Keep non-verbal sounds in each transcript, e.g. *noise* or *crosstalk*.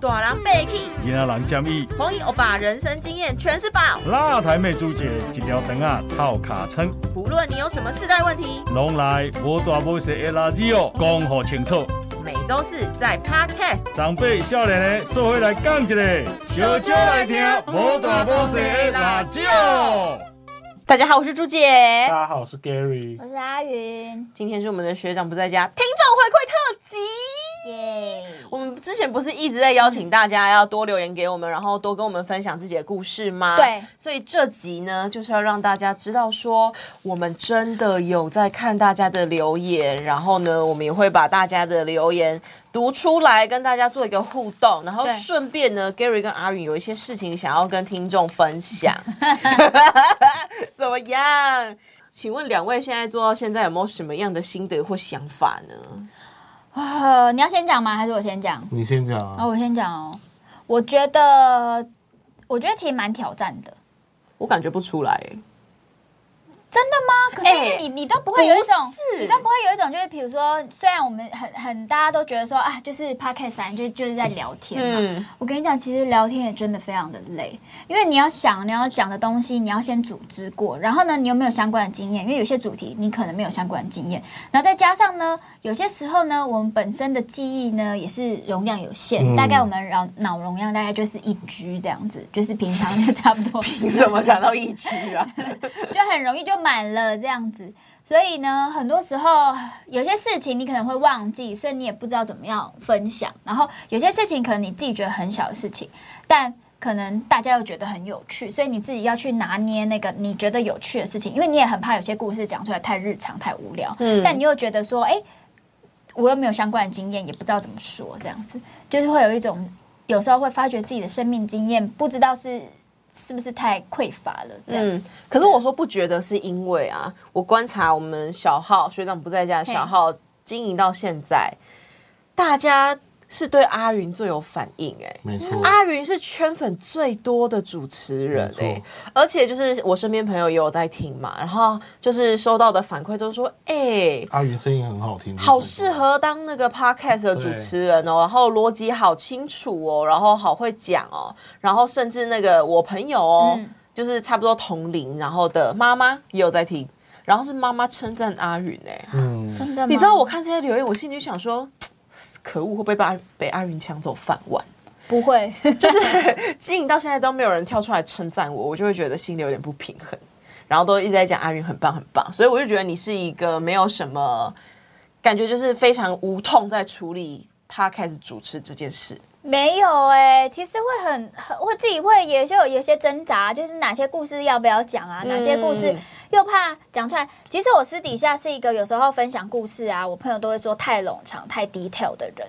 大人被气，囡仔人建议，红衣欧巴人生经验全是宝。辣台妹主姐一条肠啊套卡称，不论你有什么世代问题，拢来无大无小的垃圾哦，讲好清楚。每周四在 Podcast 长辈少年的做伙来讲一个，小少来听无大无小的辣椒。大家好，我是朱哎姐大。家好，我是 Gary 我。是阿云，今天是我们的学长不在家，听众回馈特辑。耶！我们之前不是一直在邀请大家要多留言给我们，然后多跟我们分享自己的故事吗？对，所以这集呢，就是要让大家知道说，我们真的有在看大家的留言，然后呢，我们也会把大家的留言读出来，跟大家做一个互动，然后对顺便呢，Gary 跟阿云有一些事情想要跟听众分 *laughs* 享，怎么样？请问两位现在做到现在有没有什么样的心得或想法呢？啊，你要先讲吗？还是我先讲？你先讲啊，啊。我先讲哦。我觉得，我觉得其实蛮挑战的。我感觉不出来、欸真的吗？可哎是你、你都不会有一种不是，你都不会有一种，就是比如说，虽然我们很很大家都觉得说啊，就是 podcast 反正就就是在聊天嘛。嗯我跟你讲，其实聊天也真的非常的累，因为你要想你要讲的东西，你要先组织过，然后呢，你有没有相关的经验？因为有些主题你可能没有相关的经验，然后再加上呢，有些时候呢，我们本身的记忆呢也是容量有限，嗯大概我们脑脑容量大概就是一 G 这样子，就是平常就差不多。你怎么想到疫区啊？就很容易就满了这样子。所以呢，很多时候有些事情你可能会忘记，所以你也不知道怎么样分享。然后有些事情可能你自己觉得很小的事情，但可能大家又觉得很有趣，所以你自己要去拿捏那个你觉得有趣的事情，因为你也很怕有些故事讲出来太日常、太无聊。嗯但你又觉得说，哎、我又没有相关的经验，也不知道怎么说，这样子就是会有一种有时候会发觉自己的生命经验不知道是是不是太匮乏了，这样 *laughs* 嗯，可是我说不觉得是因为啊，我观察我们小号学长不在家，小号经营到现在，大家是对阿云最有反应哎、没错，啊阿云是圈粉最多的主持人哎、没错而且就是我身边朋友也有在听嘛，然后就是收到的反馈都说，哎、阿云声音很好听，好哦适合当那个 podcast 的主持人哦，然后逻辑好清楚哦，然后好会讲哦，然后甚至那个我朋友哦，嗯就是差不多同龄，然后的妈妈也有在听，然后是妈妈称赞阿云哎、嗯，真的吗？你知道我看这些留言，我心里就想说，嘖可恶，会不会被阿被阿云抢走饭碗？ *laughs* 不会，就是经营到现在都没有人跳出来称赞我，我就会觉得心里有点不平衡，然后都一直在讲阿云很棒很棒，所以我就觉得你是一个没有什么感觉，就是非常无痛在处理 podcast 主持这件事。 *laughs* 没有哎、其实会很很，我自己会也是有有些挣扎，就是哪些故事要不要讲啊，哪些故事嗯又怕讲出来。其实我私底下是一个有时候分享故事啊，我朋友都会说太冗长、太 detail 的人，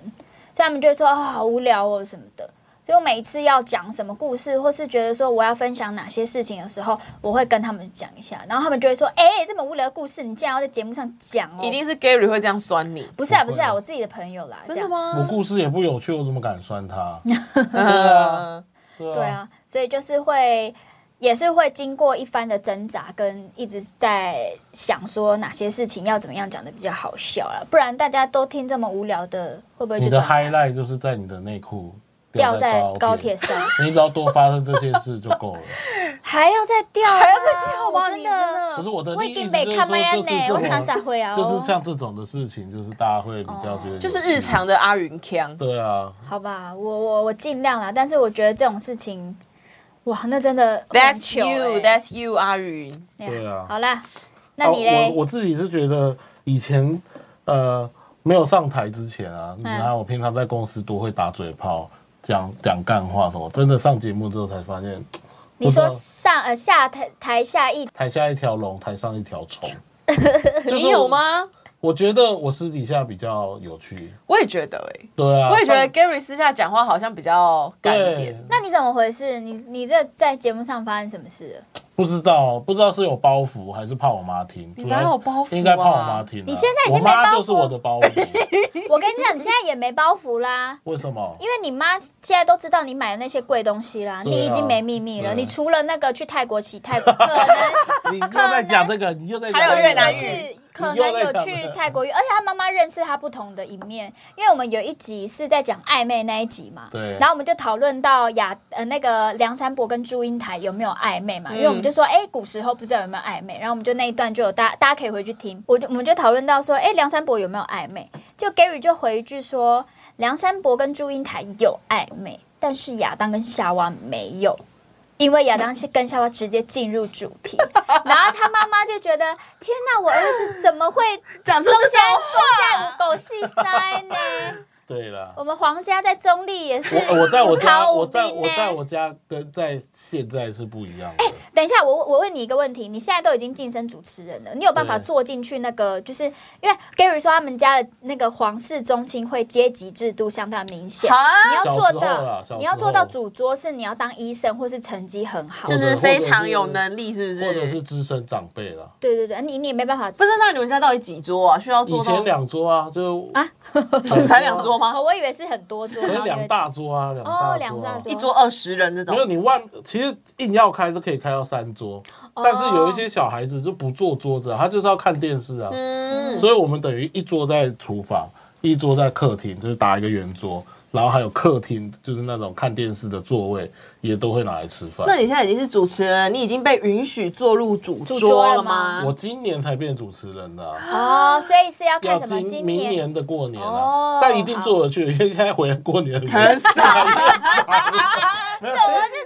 所以他们就会说啊、好无聊哦什么的。所以我每一次要讲什么故事，或是觉得说我要分享哪些事情的时候，我会跟他们讲一下，然后他们就会说：“哎、这么无聊的故事，你竟然要在节目上讲哦？”一定是 Gary 会这样酸你，不是啊，不不会是啊，我自己的朋友啦，真这的样吗？我故事也不有趣，我怎么敢酸他？ *laughs* 啊呃对对，哦啊，所以就是会也是会经过一番的挣扎，跟一直在想说哪些事情要怎么样讲的比较好笑啦，不然大家都听这么无聊的，会不会就你的怎么样 highlight 就是在你的内裤掉在高铁铁，上，你只要多发生这些事就够 *laughs* 了。还要再掉、*laughs* 啊，还要再跳吗？我你真真的。的不是我的我意已思就是经被说，看麦安就是呢，这我想咋种，会啊？就是像这种的事情，就是大家会比较哦觉得有就是日常的阿云腔。对啊，好吧，我我我尽量啦，但是我觉得这种事情，哇，那真的很 That's 糗 you, 欸 that's you，阿云。对啊好啦，那啊你嘞？我我自己是觉得以前呃没有上台之前啊，嗯你看我平常在公司都会打嘴炮，讲讲干话什么，真的上节目之后才发现，你不说知道上呃下台台下一台下一条龙，台上一条 *laughs* 虫。就是你有？吗？我觉得我私底下比较有趣，我也觉得哎、对啊，我也觉得上 Gary 私下讲话好像比较干一点。对那你怎么回事？你你这在节目上发生什么事了？不知道不知道是有包袱还是怕我妈听，你主要哪有包袱啊应该怕我妈听啊。你现在已经我妈没包袱就是我的 *laughs* 包袱，我跟你讲，你现在也没包袱啦，为什么？因为你妈现在都知道你买的那些贵东西啦，对啊你已经没秘密了。对你除了那个去泰国洗泰国，可 *laughs* 能你又在讲这个，你又在讲还有越南这个语去可你又能有在讲去了泰国浴，而且他妈妈认识他不同的一面，因为我们有一集是在讲暧昧那一集嘛，对然后我们就讨论到雅呃那个梁山伯跟祝英台有没有暧昧嘛，因为我们就说哎、古时候不知道有没有暧昧，然后我们就那一段就有大家大家可以回去听，我就我们就讨论到说哎、梁山伯有没有暧昧，就 Gary 就回一句说梁山伯跟祝英台有暧昧，但是亚当跟夏娃没有。因为亚当是跟夏娃直接进入主题，然后他妈妈就觉得天哪，我儿子怎么会讲出这种话，狗戏塞呢？对啦，我们皇家在中立也是我我在我 *laughs* 家，无我桃无在兵我在呢。我家跟在现在是不一样的。等一下，我我问你一个问题，你现在都已经晋升主持人了，你有办法对坐进去那个？就是因为 Gary 说他们家的那个皇室宗亲会阶级制度相当明显，啊你要做小时候啦到小时候你要做到主桌是你要当医生或是成绩很好，就是非常有能力，是不或者是是？资深长辈啦。对对对，你你也没办法不是，那你们家到底几桌啊？需要以做前到两桌啊，就啊啊， *laughs* 才两桌吗哦，？我以为是很多桌，可然以后就两会大桌啊，两哦大两桌啊、大桌一桌二十人这种没有，你外其实硬要开是可以开到三桌，但是有一些小孩子就不坐桌子、啊，他就是要看电视啊。嗯，所以我们等于一桌在厨房，一桌在客厅，就是打一个圆桌，然后还有客厅就是那种看电视的座位也都会拿来吃饭那。你现在已经是主持人，你已经被允许坐入主主桌桌了了吗？我今年才变主持人的、啊。哦，所以是要看要什么？今今明年年的过年啊，哦但一定好做得去，因为现在回来过年 *laughs* 很傻，没有，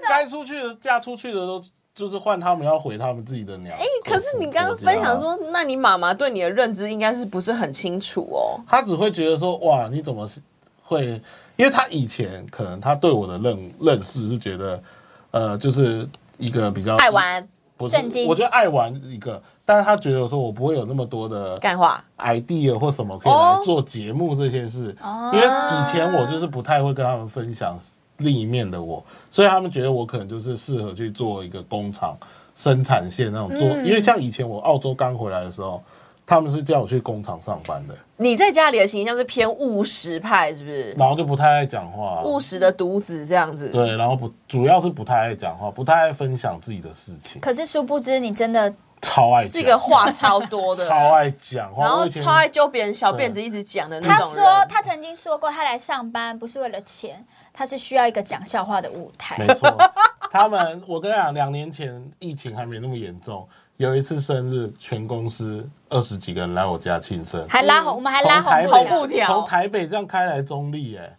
该出去的嫁出去的都就是换他们要回他们自己的娘。哎、可是你刚刚啊分享，说，那你妈妈对你的认知应该是不是很清楚哦？她只会觉得说哇，你怎么是会？因为她以前可能她对我的认认识是觉得，呃，就是一个比较爱，玩不是震惊，我觉得爱玩一个，但是她觉得说我不会有那么多的干话， idea 或什么可以哦来做节目这些事，因为以前我就是不太会跟他们分享另一面的我，所以他们觉得我可能就是适合去做一个工厂生产线那种做，嗯因为像以前我澳洲刚回来的时候，他们是叫我去工厂上班的，你在家里的形象是偏务实派，是不是？然后就不太爱讲话，务实的独子这样子，对，然后不主要是不太爱讲话，不太爱分享自己的事情，可是殊不知你真的超爱是讲一个话超多的， *laughs* 超爱讲话，然我后以前超爱揪别人小辫子一直讲的那他种人。说他曾经说过，他来上班不是为了钱，他是需要一个讲笑话的舞台没。错，他们我跟你讲，两年前疫情还没那么严重，有一次生日，全公司二十几个人来我家庆生，还拉红，我们还拉从台北红红布布条，条从台北这样开来中立哎、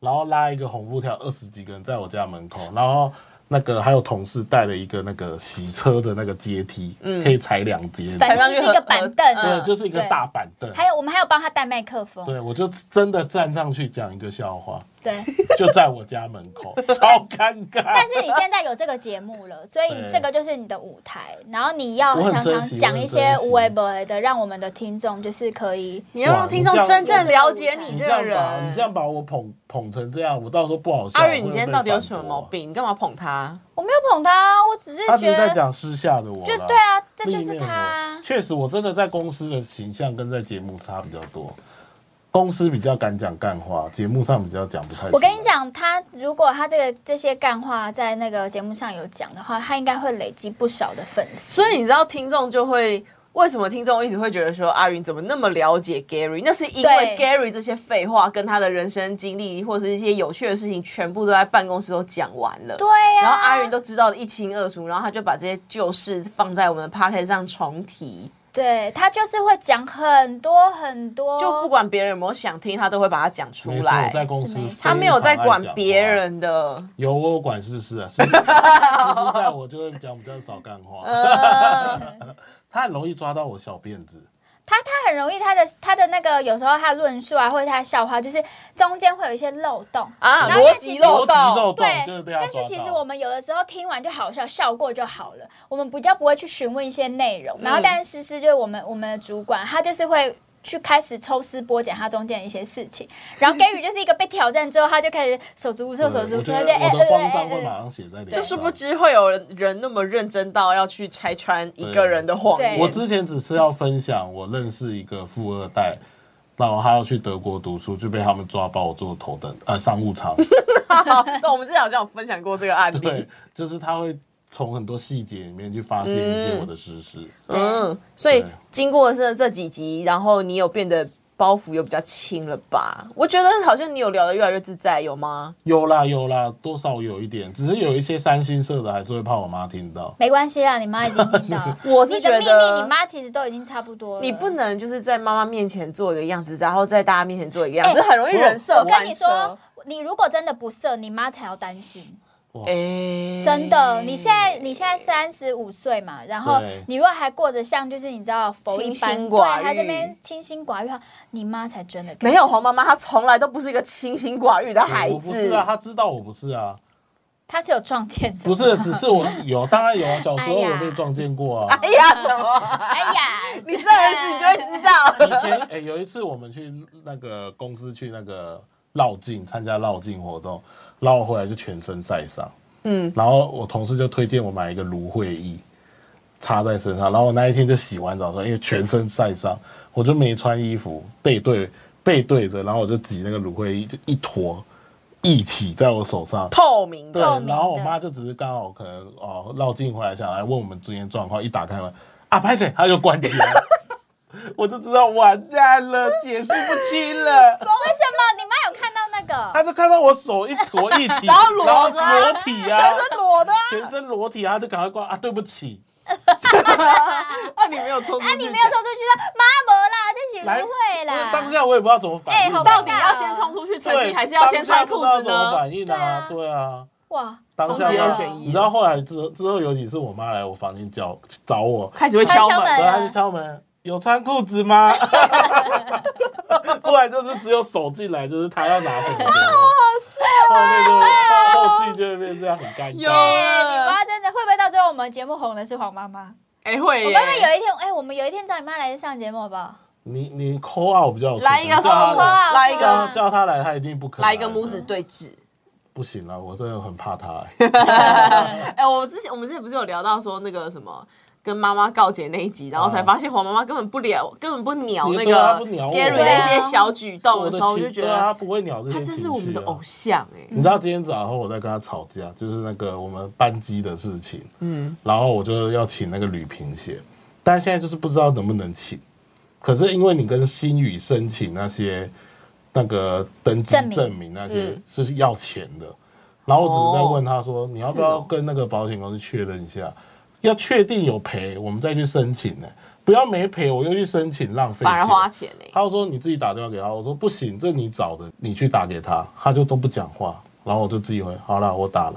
然后拉一个红布条，二十几个人在我家门口，然后。那个还有同事带了一个那个洗车的那个阶梯，可以踩两阶的，反上正去就是一个和板凳和啊，嗯呃对，就是一个嗯对大板凳。还有我们还有帮他带麦克风，对，我就真的站上去讲一个笑话，对。就在我家门 *laughs* 口，超尴尬。但是你现在有这个节目了，所以对这个就是你的舞台，然后你要我很常珍常惜讲一我些很珍惜无为不为的，让我们的听众就是可以你要让听众真正了解你这个样把你这样人。把我捧捧成这样，我到时候不好笑。阿宇，你会今被天到底有反什么驳啊毛？病？你干嘛捧他？我没有捧他，啊我只是他只觉是在得，讲私下的我啦，就对啊，这就另一面是的我他啊。确实，我真的在公司的形象跟在节目差比较多。公司比较敢讲干话，节目上比较讲不太出来。我跟你讲，他如果他这个这些干话在那个节目上有讲的话，他应该会累积不少的粉丝。所以你知道听众就会为什么听众一直会觉得说阿云怎么那么了解 Gary？那是因为对 Gary 这些废话跟他的人生经历或是一些有趣的事情，全部都在办公室都讲完了。对。啊呀、然后阿云都知道的一清二楚，然后他就把这些旧事放在我们的哦 p o c a s t 上重提，对他就是会讲很多很多，就不管别人有没有想听，他都会把它讲出没错，我在来。公司是没非错他没有在常爱管讲别话。人 *laughs* 的，有我有管事事 *laughs* 啊，事事事事在我就会讲比较少干话。呃他很容易抓到我小辫子。他他很容易他的他的那个有时候他的论述啊或者他的笑话，就是中间会有一些漏洞啊然后因为逻辑其实漏洞逻辑漏洞对就会，被他但抓是到。其实我们有的时候听完就好笑，笑过就好了。我们比较不会去询问一些内容，然后但是诗诗就是我们我们的主管，他就是会去开始抽丝剥茧他中间的一些事情。然后 Gary 就是一个被挑战之后，他就开始手足无措，手足我无觉措，他得就哎我的哎哎慌哎张会马哎，上写在脸就上。是不知会有人那么认真到要去拆穿一个人的谎对言。我之前只是要分享，我认识一个富二代，然后他要去德国读书，就被他们抓包我 *laughs* 坐头等呃商务舱。那我们之前好像有分享过这个案例对。，就是他会从很多细节里面去发现一些我的实施。嗯，所以对经过这这几集，然后你有变得包袱又比较轻了吧？我觉得好像你有聊得越来越自在，有吗？有啦有啦，多少有一点，只是有一些三星社的还是会怕我妈听到。没关系啦，你妈已经听到了。我是你觉得的秘密，你妈其实都已经差不多了。你不能就是在妈妈面前做一个样子，然后在大家面前做一个样子，哎很容易人设我翻跟你车哦说。，你如果真的不射，你妈才要担心。哎真的，你现在你现在三十五岁嘛，然后对你如果还过着像就是你知道佛一清般，心对，寡欲还这边清心寡欲的话，你妈才真的没有黄妈妈，她从来都不是一个清心寡欲的孩我不是子。啊，她知道我不是啊，她是有撞见什不么？是，只是我有，当然有啊，小时候哎呀我被撞见过啊。哎呀，什么？哎呀，你生儿子你就会知道。以前哎、有一次我们去那个公司去那个绕境参加绕境活动，绕回来就全身晒伤。嗯，然后我同事就推荐我买一个芦荟液，插在身上。然后我那一天就洗完澡之后，因为全身晒伤，我就没穿衣服，背对背对着，然后我就挤那个芦荟液，就一坨液体在我手上。透明对的。透明的然后我妈就只是刚好可能哦绕进回来，想来问我们今天状况，一打开门啊，拍谁，她就关起来了， *laughs* 我就知道完蛋了，解释不清了。 *laughs* 为什么你妈有看到那个？她就看到我手一坨液 *laughs* 体，然后裸然后着啊裸体啊，全身裸的啊全身裸体啊，就赶快挂啊！对不起，啊，你没有冲出啊，去你讲没有冲出去说妈没啦，这群来不会啊啦。当下我也不知道怎么反哎应，好到底要先冲出去澄对清，还是要先穿裤当下子不知道怎么呢？反应啊，对啊，哇，当终下极二嘛选一你知道后来之后之后有几次我妈来我房间叫找我，开始会敲敲门门，然后她就敲门，有穿裤子吗？ *laughs* 后来就是只有手进来，就是她要拿什么给我，后面就后后续就会变这样很尴啊有尬。哎，你妈真的会不会到最后我们节目红的是黄妈妈？哎会我会不会耶，有一天，哎，我们有一天找你妈来上节目好不 *laughs* 好？你你扣啊，我比较有可能来一个叫她扣来啊来一扣个啊叫叫她来，她一定不可能来一个母子对峙。不行了，我真的很 *laughs* 怕她。哎哎，我之前我们之前不是有聊到说那个什么？跟妈妈告解那一集，然后才发现黄妈妈根本不聊，根本不鸟那对啊她个不鸟我 Gary 对的一啊些小举动的时候，我亲就觉对啊他得不会鸟这些他情绪、啊。嗯真是我们的偶像哎。你知道今天早上我在跟他吵架，就是那个我们班机的事情，嗯，然后我就要请那个吕平写，但现在就是不知道能不能请。可是因为你跟新宇申请那些那个登记证明证明那些嗯是要钱的，然后我只是在哦问他说，你要不是要哦跟那个保险公司确认一下，要确定有赔，我们再去申请呢、不要没赔我又去申请浪费，反而花钱哎。他就说你自己打电话给他，我说不行，这你找的，你去打给他，他就都不讲话，然后我就自己回，好了，我打了。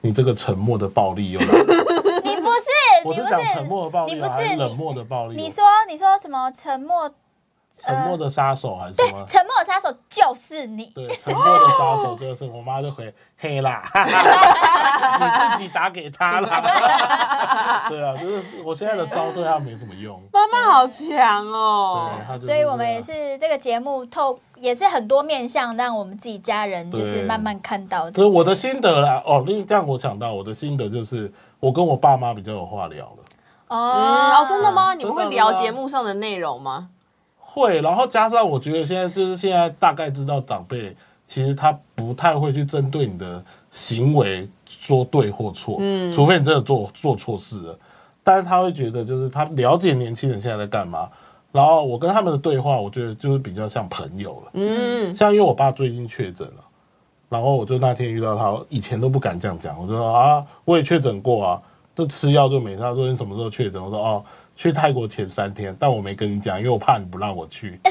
你这个沉默的暴力又来了， *laughs* 你不是，我你是不讲是，沉默的暴力你啊，不还是是冷你，漠的暴力？啊你说呃你说什么沉默？沉默的杀手还是什么？沉默的杀手就是你，对，沉默的杀手就是我妈就回嘿 *laughs* 啦，哈哈你自己打给他啦。 *laughs* 对啊，就是我现在的招对他没什么用。妈妈好强哦啊对，他就是所以我们这样也是这个节目透也是很多面向，让我们自己家人对就是慢慢看到这的。是我的心得啦。哦，另这样我想到我的心得就是，我跟我爸妈比较有话聊了。嗯哦，真的？吗？真的你们会聊节目上的内容吗？会，然后加上我觉得现在就是现在大概知道长辈其实他不太会去针对你的行为说对或错，嗯除非你真的做做错事了，但是他会觉得就是他了解年轻人现在在干嘛，然后我跟他们的对话，我觉得就是比较像朋友了，嗯，像因为我爸最近确诊了，然后我就那天遇到他，以前都不敢这样讲，我就说啊，我也确诊过啊，这吃药就没事。他说你什么时候确诊？我说哦，去泰国前三天，但我没跟你讲，因为我怕你不让我去。 *laughs*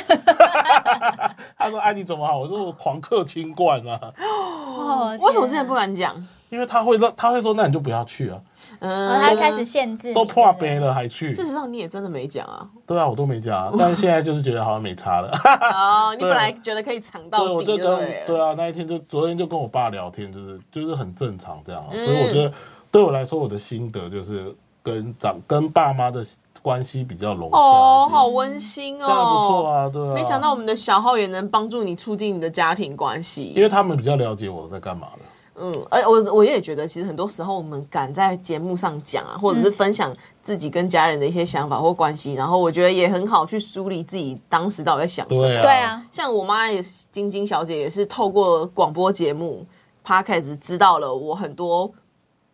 他说哎、你怎么好？我说我狂嗑清冠啊，哦为什么之前不敢？敢讲？因为他会让他会说那你就不要去啊，然后他嗯，开始限制你，都破对杯不了还去，事实上你也真的没讲 *laughs* 啊。对啊，我都没讲、啊，但是现在就是觉得好像没差了。哦，你对本来觉得可以藏对，到我底就就跟对对了。啊，那一天就昨天就跟我爸聊天，就是就是很正常这样、啊，所以我觉嗯得对我来说，我的心得就是跟长跟爸妈的关系比较融洽一点，哦，好温馨这样不错哦。啊，对啊，没想到我们的小号也能帮助你促进你的家庭关因系。为他们比较了解我在干嘛了，嗯，而我我也觉得，其实很多时候我们敢在节目上讲嗯啊，或者是分享自己跟家人的一些想法或关系，然后我觉得也很好去梳理自己当时到底在想什么对。啊，对啊，像我妈也是晶晶小姐，也是透过广播节目 podcast 知道了我很多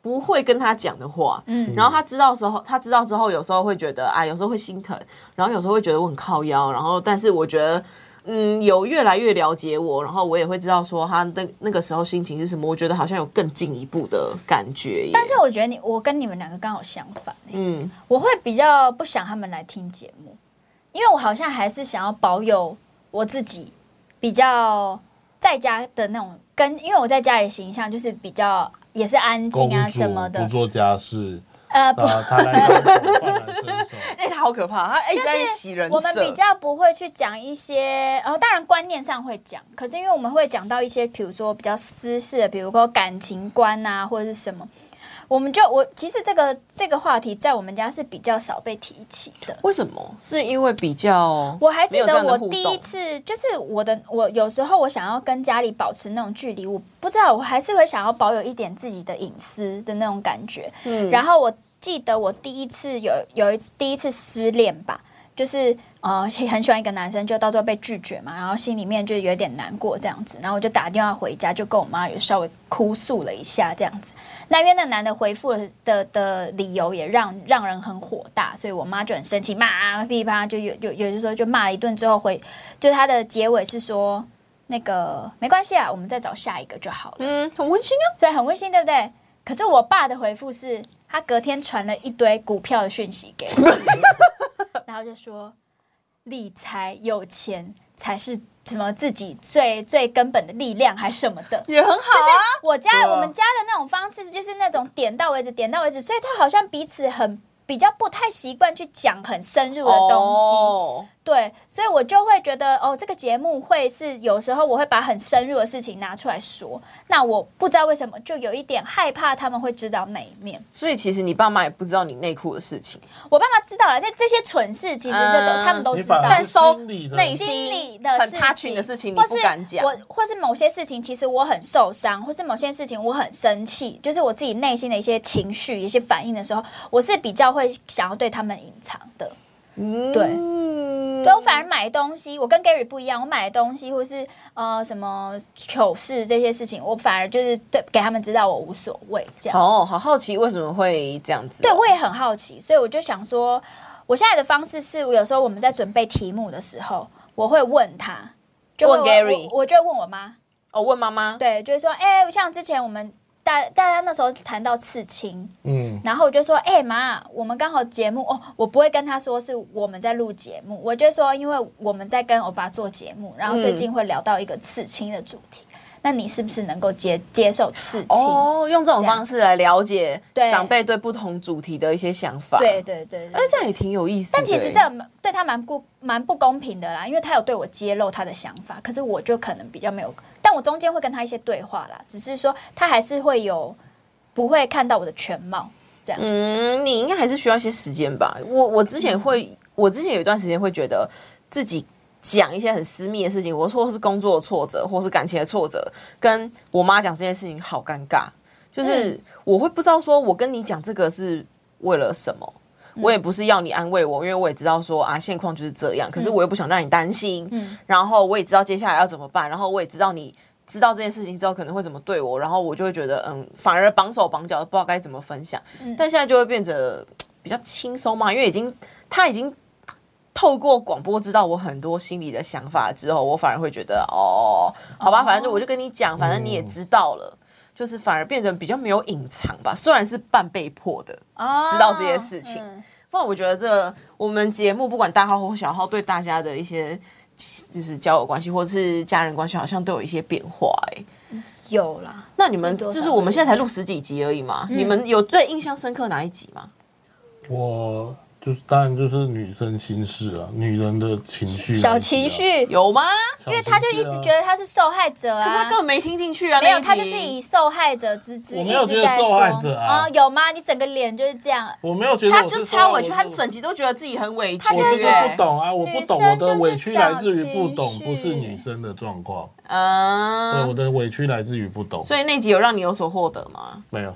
不会跟他讲的话，嗯嗯，然后他知道时候，他知道之后，有时候会觉得啊，有时候会心疼，然后有时候会觉得我很靠腰，然后但是我觉得，嗯，有越来越了解我，然后我也会知道说他那那个时候心情是什么，我觉得好像有更进一步的感觉耶。但是我觉得你，我跟你们两个刚好相反、欸，嗯，我会比较不想他们来听节目，因为我好像还是想要保有我自己比较在家的那种跟，因为我在家里形象就是比较也是安公静啊主什么的不，做家事，呃，不，啊，他来伸手，饭来伸手。哎、他好可怕，他哎、一直在洗人设，我们比较不会去讲一些，呃，当然观念上会讲，可是因为我们会讲到一些，比如说比较私事的，比如说感情观啊，或者是什么，我们就我其实这个这个话题在我们家是比较少被提起的。为什么？是因为比较我还记没有这得样的我互动第一次，就是我的，我有时候我想要跟家里保持那种距离，我不知道，我还是会想要保有一点自己的隐私的那种感觉。嗯然后我记得我第一次有有一次第一次失恋吧，就是呃很喜欢一个男生，就到最后被拒绝嘛，然后心里面就有点难过这样子，然后我就打电话回家，就跟我妈有稍微哭诉了一下这样子。那因为那男的回复的的的理由也让让人很火大，所以我妈就很生气，骂啊噼里啪啦，就有有有的时候就骂了一顿之后回，就是他的结尾是说那个没关系啊，我们再找下一个就好了。嗯很温馨啊，所以很温馨，对不对？可是我爸的回复是，他隔天传了一堆股票的讯息给我，然后就说理财有钱才是什么自己最最根本的力量，还是什么的。也很好啊，我家、对啊我们家的那种方式就是那种点到为止，点到为止，所以他好像彼此很比较不太习惯去讲很深入的东西。哦对，所以我就会觉得，哦，这个节目会是有时候我会把很深入的事情拿出来说，那我不知道为什么就有一点害怕他们会知道那一面。所以其实你爸妈也不知道你内裤的事情，我爸妈知道了，但这些蠢事其实这都、嗯他们都你知道把。但收收内内心心心里的很事情，怕群的事情你或不是敢讲我或是某些事情，其实我很受伤，或是某些事情我很生气，就是我自己内心的一些情绪、一些反应的时候，我是比较会想要对他们隐藏的。嗯哦对对我反而买东西，我跟 Gary 不一样，我买东西或是呃什么糗事这些事情，我反而就是对给他们知道我无所谓这样。哦，好好奇为什么会这样子哦？对我也很好奇，所以我就想说，我现在的方式是，我有时候我们在准备题目的时候，我会问他，就会问 Gary 我我就会问我妈，哦，问妈妈。对，就是说，哎、像之前我们大大家那时候谈到刺青，嗯，然后我就说：“哎、妈，我们刚好节目哦，我不会跟他说是我们在录节目，我就说因为我们在跟欧巴做节目，然后最近会聊到一个刺青的主题，那你是不是能够接接受刺青？”哦，用这种方式来了解对长辈对不同主题的一些想法。对，对对对哎，这样也挺有意思的欸。但其实这样蛮对他蛮不蛮不公平的啦，因为他有对我揭露他的想法，可是我就可能比较没有，但我中间会跟他一些对话啦，只是说他还是会有不会看到我的全貌，这样。嗯，你应该还是需要一些时间吧。我我之前会，我之前有一段时间会觉得自己讲一些很私密的事情，我说是工作的挫折，或是感情的挫折，跟我妈讲这件事情好尴尬。就是我会不知道说我跟你讲这个是为了什么。我也不是要你安慰我，因为我也知道说啊，现况就是这样。可是我又不想让你担心，嗯然后我也知道接下来要怎么办，然后我也知道你知道这件事情之后可能会怎么对我，然后我就会觉得嗯，反而绑手绑脚，不知道该怎么分享。但现在就会变得比较轻松嘛，因为已经他已经透过广播知道我很多心里的想法之后，我反而会觉得哦，好吧，反正我就跟你讲，反正你也知道了。就是反而变得比较没有隐藏吧，虽然是半被迫的，哦知道这些事情嗯不然我觉得这我们节目不管大号或小号，对大家的一些就是交友关系或是家人关系，好像都有一些变化、哎，有啦。那你们多少就是我们现在才录十几集而已嘛，你们有最印象深刻哪一集吗？我就是当然就是女生心事啊，女人的情绪、啊小情，绪，有吗？因因为他就一直觉得他是受害者啊。可是他根本没听进去啊，没那有，一集他就是以受害者之姿我一没有觉直得在受说哦害者啊有吗？你整个脸就是这样。我没有觉得他哦我就是超委屈，说他整集都觉得自己很委屈，欸他我就我对就是对不懂啊，我不懂，女我生的委屈来自于就是小不懂，情绪不是女生的状况。对，我嗯，的委屈来自于不懂，所以那集有让你有所获得吗？没有。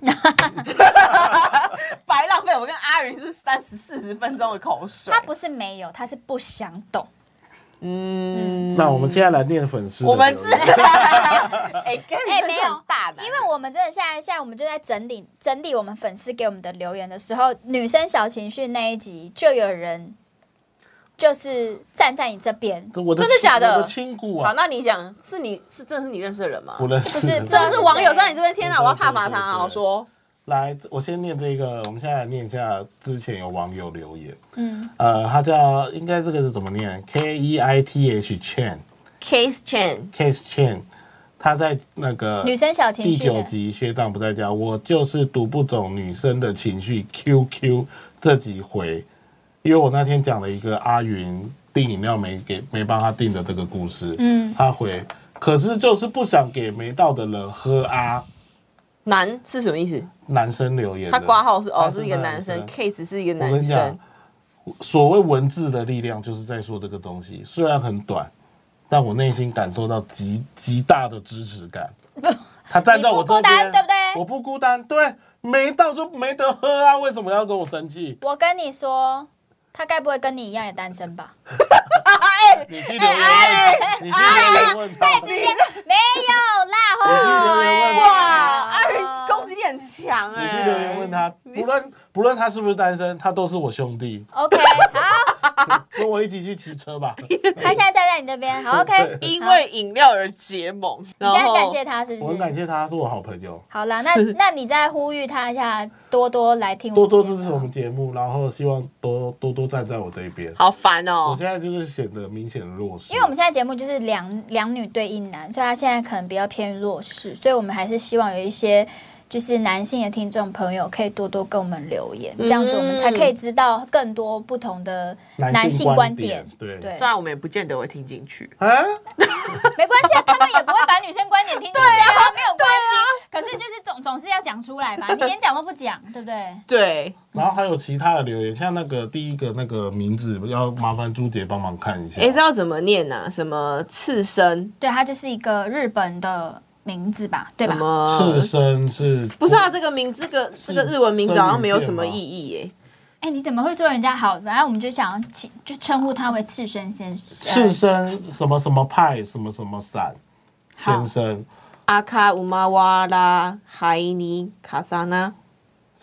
*laughs* 白浪费我跟阿云是三十四十分钟的口水他，不是没有，他是不想懂。嗯，那我们现在来念粉丝的我留言，们自 *laughs* 哎哎，Gary 没没有有大胆，因为我们真的现在现在我们就在整理整理我们粉丝给我们的留言的时候，女生小情绪那一集就有人就是站在你这边，我的真的假的我的亲骨好，啊，那你讲是你是真的是你认识的人吗？ *laughs* 我的不是这真的是网友在你这边，天哪！我要对对挞伐他对啊！对我说，来，我先念这个，我们现在来念一下之前有网友留言，嗯，呃，他叫应该这个是怎么念？K E I T H Chen Case Chen， Case Chen，他在那个女生小情第绪九的，集学长不在家，我就是读不懂女生的情绪 QQ 这几回，因为我那天讲了一个阿云订饮料没给没帮他订的这个故事，嗯，他回可是就是不想给没到的人喝啊，男是什么意思？男生留言的他挂号是哦，他是一个男生，Case 是一个我跟男你讲生。，所谓文字的力量，就是在说这个东西。虽然很短，但我内心感受到极极大的支持感。他站在我这你不孤单边，对不对我不孤单，对，没到就没得喝啊！为什么要跟我生气？我跟你说，他该不会跟你一样也单 *laughs* 身吧？你去留言问，你去留言问他。没有啦，吼我去留言问哇，哎阿呀云攻击力很强你哎！去留言问他，不论不论他是不是单身，他都是我兄弟， OK，好，跟我一起去骑车吧。他现在站在你这边，好 OK，因为饮料而结盟，你然现在感后谢他是我不很是感？谢他，是我好朋友，好 *laughs* 啦，那那你再呼吁他一下，多多来听我多多们节目支持我们节目，然后希望多多多站在我这一边。好烦我哦。现在就是显得明显的弱势，因为我们现在节目就是两两女对一男，所以他现在可能比较偏于弱势，所以我们还是希望有一些就是男性的听众朋友可以多多跟我们留言，这样子我们才可以知道更多不同的男性观点。对对虽然我们也不见得会听进去，啊，没关系啊，他们也不会把女生观点听进去啊，没有关系。可是就是总总是要讲出来 *laughs* 吧，你连讲都不讲，对不对？对，然后还有其他的留言，像那个第一个那个名字，要麻烦朱姐帮忙看一下。哎，这要怎么念呢？什么次生？对，它就是一个日本的名字吧，对吧什？么赤？身是不是啊，这个名，这个这个日文名字好像没有什么意义耶。哎，你怎么会说人家好？反正我们就想要起就称呼他为赤身先生。赤身什么什么派什么什么伞好先生阿卡乌玛瓦拉海尼卡萨纳，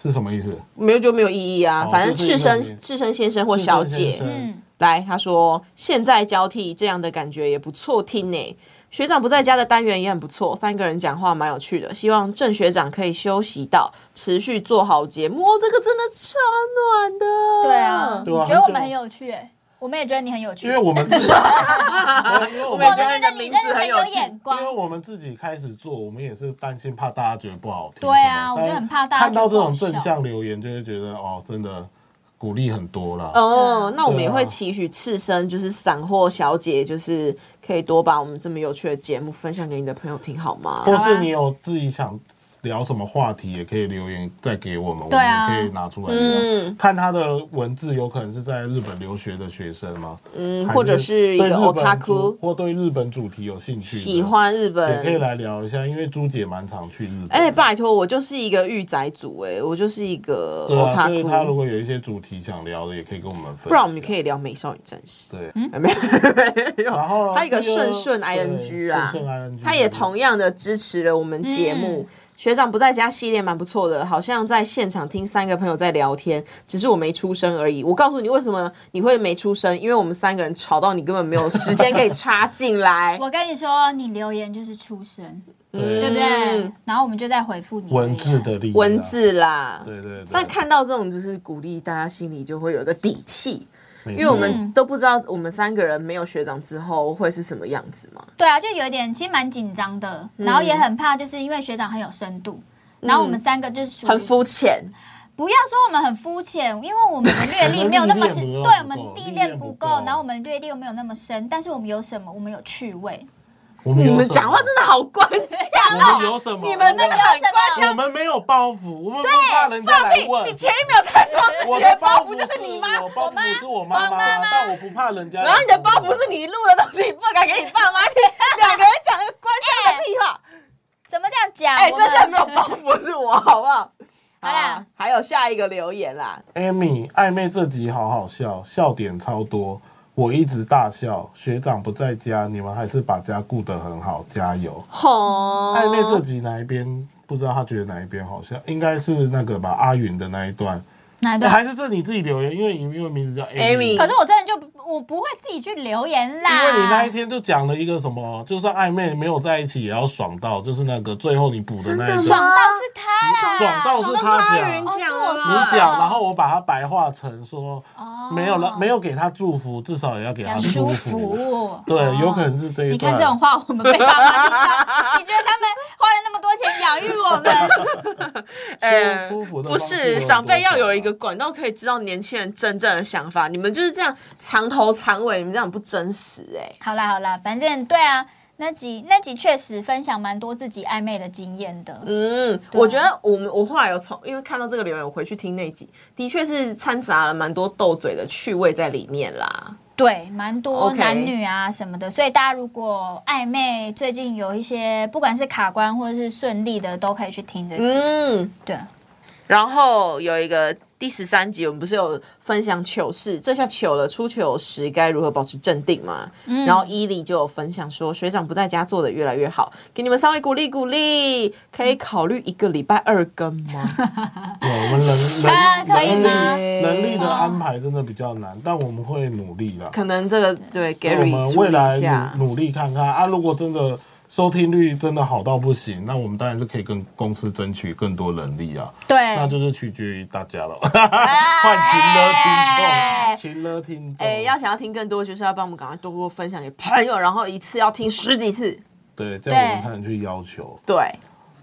是什么意思？没有就没有意义啊。哦反正就是一赤个身名赤身先生或小赤身先姐生嗯，来，他说现在交替这样的感觉也不错听呢。学长不在家的单元也很不错，三个人讲话蛮有趣的。希望郑学长可以休息到，持续做好节目。哦这个真的超暖的。对啊，对啊你觉得我们很有趣、哎，我们也觉得你很有趣，因为我们 *laughs* 自己，因为我我们们觉我们觉得得你的你名真字的很很有有眼趣因为光。我们自己开始做，我们也是担心怕大家觉得不好听什么。对啊我就但很怕大家看到这种觉得不好笑正向留言，就会觉得哦，真的鼓励很多啦。哦，那我们也对会啊期许赤身就是散货小姐，就是可以多把我们这么有趣的节目分享给你的朋友听，好啊吗？或是你有自己想聊什么话题，也可以留言再给我们，对啊我们也可以拿出来聊。嗯看他的文字，有可能是在日本留学的学生吗？嗯，还或者是一对个日本主 otaku 或对日本主题有兴趣的，喜欢日也可以本。来聊一下，因为朱姐蛮常去日本。哎、拜托，我就是一个御宅族、哎，我就是一个对啊，所以他如 otaku，、果有一些主题想聊的，也可以跟我们分享。不然我们可以聊美少女战士。对，哎没有，没有然后他一个第二顺顺对 ing 啊顺顺 ing，他也同样的支持了我们节目。学长不在家系列蛮不错的，好像在现场听三个朋友在聊天，只是我没出声而已。我告诉你为什么你会没出声，因为我们三个人吵到你根本没有时间可以插进来。我跟你说，你留言就是出声，对对不对嗯？然后我们就再回复你啊文字，的力量，文字啦，对啊对对。但看到这种就是鼓励，大家心里就会有一个底气，因因为我们嗯都不知道我们三个人没有学长之后会是什么样子嘛。对啊，就有点其实蛮紧张的，然后嗯也很怕，就是因为学长很有深度。然后我们三个就是属于很肤浅，不要说我们很肤浅，因为我们的略历没有那么 *laughs* 深，我们历练不够历练不够对我们历练不够，然后我们略历又没有那么深，但是我们有什么？我们有趣味，我你们们讲话的。真的好官腔 *laughs* 我哦！们有什么？你们这个很官腔我们没有包袱，我们不怕人家来你问。前一秒才说自我己的的包包袱袱就是你妈，我包袱是我妈妈妈妈啊，但我不怕人家来问。然后你的包袱是你录的东西，你不敢给你爸妈 *laughs* 听，两个人讲那个官腔的屁话，怎么这样讲？哎，我这们真的没有包袱是我，好不好？好 *laughs* 好啦啦，还有下一个留言啦，嗯 Amy 暧昧这集好好笑，笑点超多。我一直大笑，学长不在家，你们还是把家顾得很好，加油！吼，哦暧昧这集哪一边不知道，他觉得哪一边好笑，应该是那个吧，阿云的那一段， *laughs* 哎哪一还段？是这你自己留言，因为你英文名字叫 Amy 可是我真的就不我不会自己去留言因啦。为你那一天就讲了一个什么，就算暧昧没有在一起也要爽到，就是那个最后你补的那真一的段，吗爽到是他啦，爽到爽是到他阿云讲，讲哦是我你说了的，讲，然后我把它白化成说哦没有了，没有给他祝福，至少也要给他要舒舒服。服。对哦，有可能是这一你看段。这种话，我们被爸妈听到，你觉得他们花了那么多钱养育我们？哎舒服的不方式有是多长辈要少有一啊个管道可以知道年轻人真正的想法，你们就是这样藏头藏尾，你们这样很不真实哎、好啦好啦，反正对啊，那集那集确实分享蛮多自己暧昧的经验的。嗯，对啊我觉得我们我后来有从，因为看到这个留言，我回去听那一集，的确是掺杂了蛮多斗嘴的趣味在里面啦。对，蛮多 OK 男女啊什么的所以大家如果暧昧，最近有一些不管是卡关或者是顺利的，都可以去听这集。嗯，对，然后有一个第十三集，我们不是有分享糗事，这下糗了，出糗时该如何保持镇定嘛？嗯然后伊利就有分享说，学长不在家做的越来越好，给你们稍微鼓励鼓励，可以考虑一个礼拜二更 *laughs* 吗？对，我们人人、啊可以吗人力人力的安排真的比较难，但我们会努力啦。可能这个对那我 Gary 们注未意一来下。努努力看看啊，如果真的收听率真的好到不行，那我们当然是可以跟公司争取更多人力啊。哎对，那就是取决于大家了，换勤了听众，勤了听众，哎，要想要听更多，就是要帮我们赶快多多分享给朋友，然后一次要听十几次。对，这样我们才能去要求。对，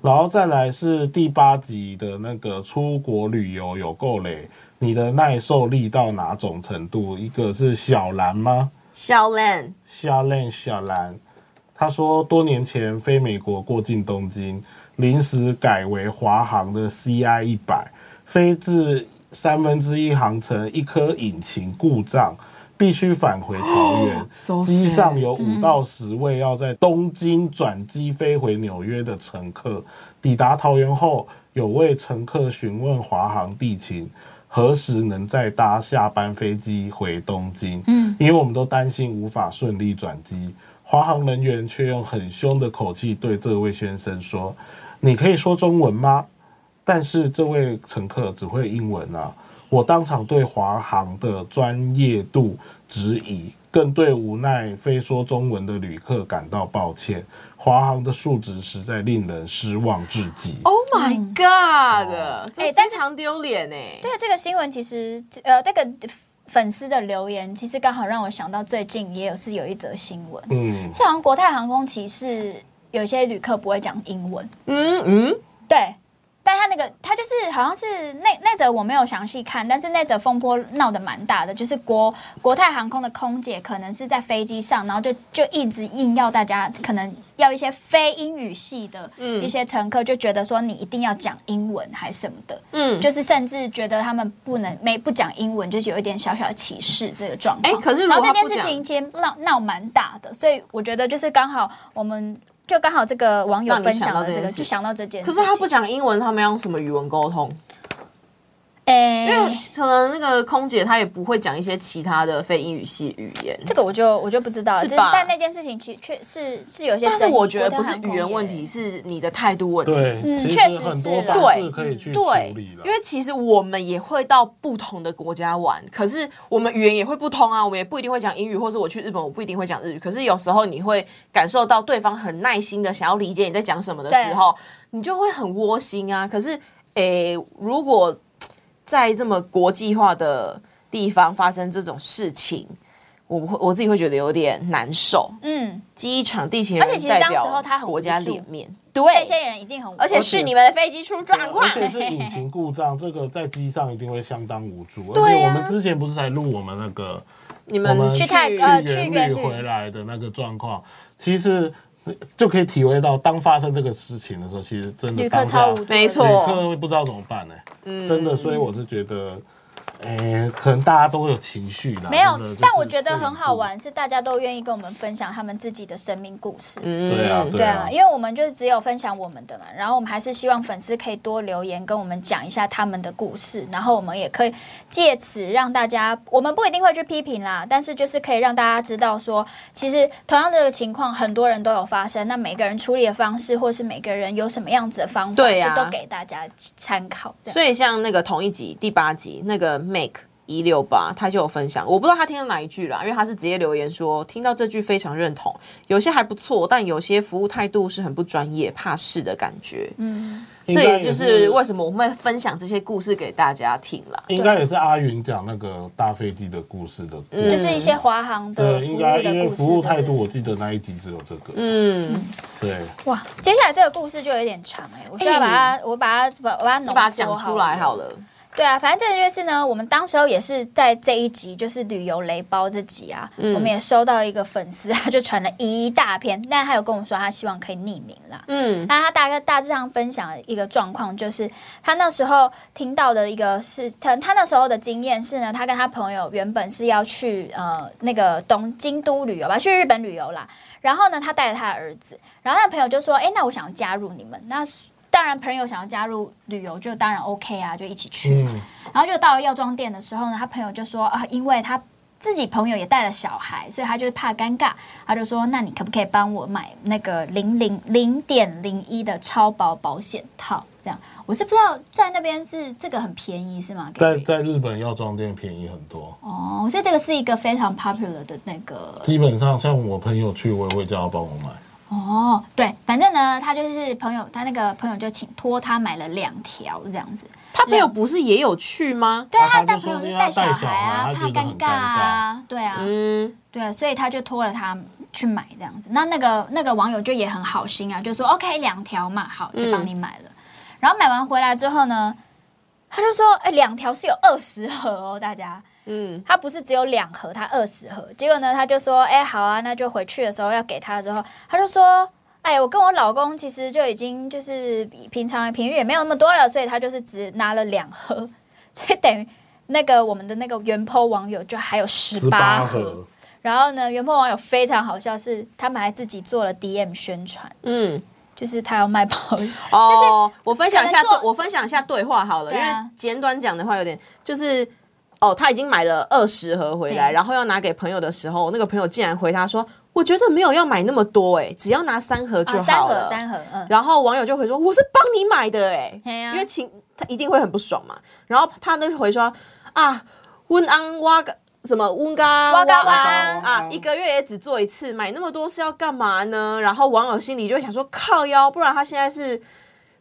然后再来是第八集的那个出国旅游有够累，你的耐受力到哪种程度？一个是小兰吗？小兰，夏兰夏兰，他说多年前飞美国过境东京，临时改为华航的 CI 一百，飞至三分之一航程，一颗引擎故障，必须返回桃园。哦 So 机 sad 上有五到十位要在东京转机飞回纽约的乘客，抵达桃园后，有位乘客询问华航地勤。何时能再搭下班飞机回东京？嗯，因为我们都担心无法顺利转机，华航人员却用很凶的口气对这位先生说：“你可以说中文吗？”但是这位乘客只会英文啊！我当场对华航的专业度质疑，更对无奈非说中文的旅客感到抱歉。华航的素质实在令人失望至极。 Oh my God！哎、嗯哎非但是常丢脸哎。对这个新闻，其实呃，这个粉丝的留言，其实刚好让我想到最近也有是有一则新闻，嗯，是好像国泰航空歧视有些旅客不会讲英文，嗯嗯，对。但他那个，他就是好像是那那则我没有详细看，但是那则风波闹得蛮大的，就是国国泰航空的空姐可能是在飞机上，然后就就一直硬要大家可能要一些非英语系的嗯一些乘客，就觉得说你一定要讲英文还是什么的，嗯就是甚至觉得他们不能没不讲英文，就是有一点小小的歧视这个状况。哎可是如然果后这他不件事讲情其实闹闹蛮大的，所以我觉得就是刚好我们就刚好这个网友让你分想享到了这这件个，事就想到这件事可情。是他不讲英文，他们要用什么语文沟通？哎、因为可能那个空姐她也不会讲一些其他的非英语系语言。这个我就我就不知道了，是这吧但那件事情其确是是有一些争但议，是我觉得不国是泰航空语言问题，也，是你的态度问题。对，嗯其确实实很是多啦方对式可以去处对，理了因。为其实我们也会到不同的国家玩，可是我们语言也会不通啊，我们也不一定会讲英语，或者我去日本我不一定会讲日语。可是有时候你会感受到对方很耐心的想要理解你在讲什么的时候，你就会很窝心啊。可是，诶、如果在这么国际化的地方发生这种事情，我会我自己会觉得有点难受。嗯，机场地勤而且人其实代当时表候他很国无家助脸面，那对，些人一定很，而且是你们的飞机出状况而。且 *laughs* 是引擎故障，这个在机上一定会相当无助。而对且啊我们之前不是才录我们那个你我们们去泰呃去去元元旅旅回来的那个状况，其实就可以体会到，当发生这个事情的时候，其实真的旅当客下超无旅助的，嗯没错欸客会不知道怎么办呢、真的，所以我是觉得，哎，可能大家都有情绪啦。没有真的就，是但我觉得很好会有。玩，是大家都愿意跟我们分享他们自己的生命故事。嗯对啊，对啊啊，，因为我们就是只有分享我们的嘛，然后我们还是希望粉丝可以多留言跟我们讲一下他们的故事，然后我们也可以借此让大家，我们不一定会去批评啦，但是就是可以让大家知道说，其实同样的情况很多人都有发生，那每个人处理的方式，或是每个人有什么样子的方法，对啊就都给大家参考。这样所以像那个同一集第八集那个 Make 一六八，他就有分享，我不知道他听到哪一句啦，因为他是直接留言说听到这句非常认同，有些还不错，但有些服务态度是很不专业、怕事的感觉。嗯，应这该也也就是为什么我们会分享这些故事给大家听啦。应该也是阿云讲那个大飞机的故事的故事，嗯就是一些华航的对，服应务该的因为故事，服务对态不对度，我记得那一集只有这个。嗯，对，哇，接下来这个故事就有点长哎、我需要把它，我把它把我把它你浓把它缩讲出来嗯好。了。对啊，反正这个就是呢，我们当时候也是在这一集，就是旅游雷包这集啊，我们也收到一个粉丝，他就传了一大篇，但他有跟我们说他希望可以匿名啦。嗯，那他大概大致上分享的一个状况，就是他那时候听到的一个是，他他那时候的经验是呢，他跟他朋友原本是要去呃那个东京都旅游吧，去日本旅游啦。然后呢，他带着他的儿子，然后他的朋友就说：“哎，那我想加入你们。”那当然，朋友想要加入旅游，就当然 OK 啊，就一起去。嗯，然后就到了药妆店的时候呢，他朋友就说啊，因为他自己朋友也带了小孩，所以他就是怕尴尬，他就说，那你可不可以帮我买那个零零零点零一的超薄保险套？这样，我是不知道在那边是这个很便宜是吗？在 Gary？在日本药妆店便宜很多，哦，所以这个是一个非常 popular 的那个基本上像我朋友去，我也会叫他帮我买。哦，对，反正呢，他就是朋友，他那个朋友就请托他买了两条这样子。他朋友不是也有去吗？对啊，他他就带朋友说就因为他带带小小孩啊，孩怕他觉得很尬啊，对啊，嗯，对，所以他就拖了他去买这样子。那那个那个网友就也很好心啊，就说 OK 两条嘛，好就帮你买了。然后买完回来之后呢，他就说哎两条是有二十盒哦，大家。嗯，他不是只有两盒，他二十盒。结果呢，他就说：“哎、好啊，那就回去的时候要给他的时候，他就说：哎，我跟我老公其实就已经就是比平常频率也没有那么多了，所以他就是只拿了两盒，所以等于那个我们的那个原 po 网友就还有十八八盒。盒，然后呢，原 po 网友非常好笑是，他们还自己做了 DM 宣传，嗯。就是他要卖保养。哦，我分享一下可能对，做我分享一下对话好了，对因啊为简短讲的话有点就是。哦，他已经买了二十盒回来，嗯然后要拿给朋友的时候，那个朋友竟然回他说：“我觉得没有要买那么多、欸，哎，只要拿三盒就啊， *laughs* 三好了。盒，三盒，嗯，然后网友就回说：“我是帮你买的、欸，嘿哎、啊因为情他一定会很不爽嘛。”然后他就回说：“啊，温安挖个什么温嘎哇嘎哇哦啊，一个月也只做一次，买那么多是要干嘛呢？然后网友心里就会想说，靠腰，不然他现在是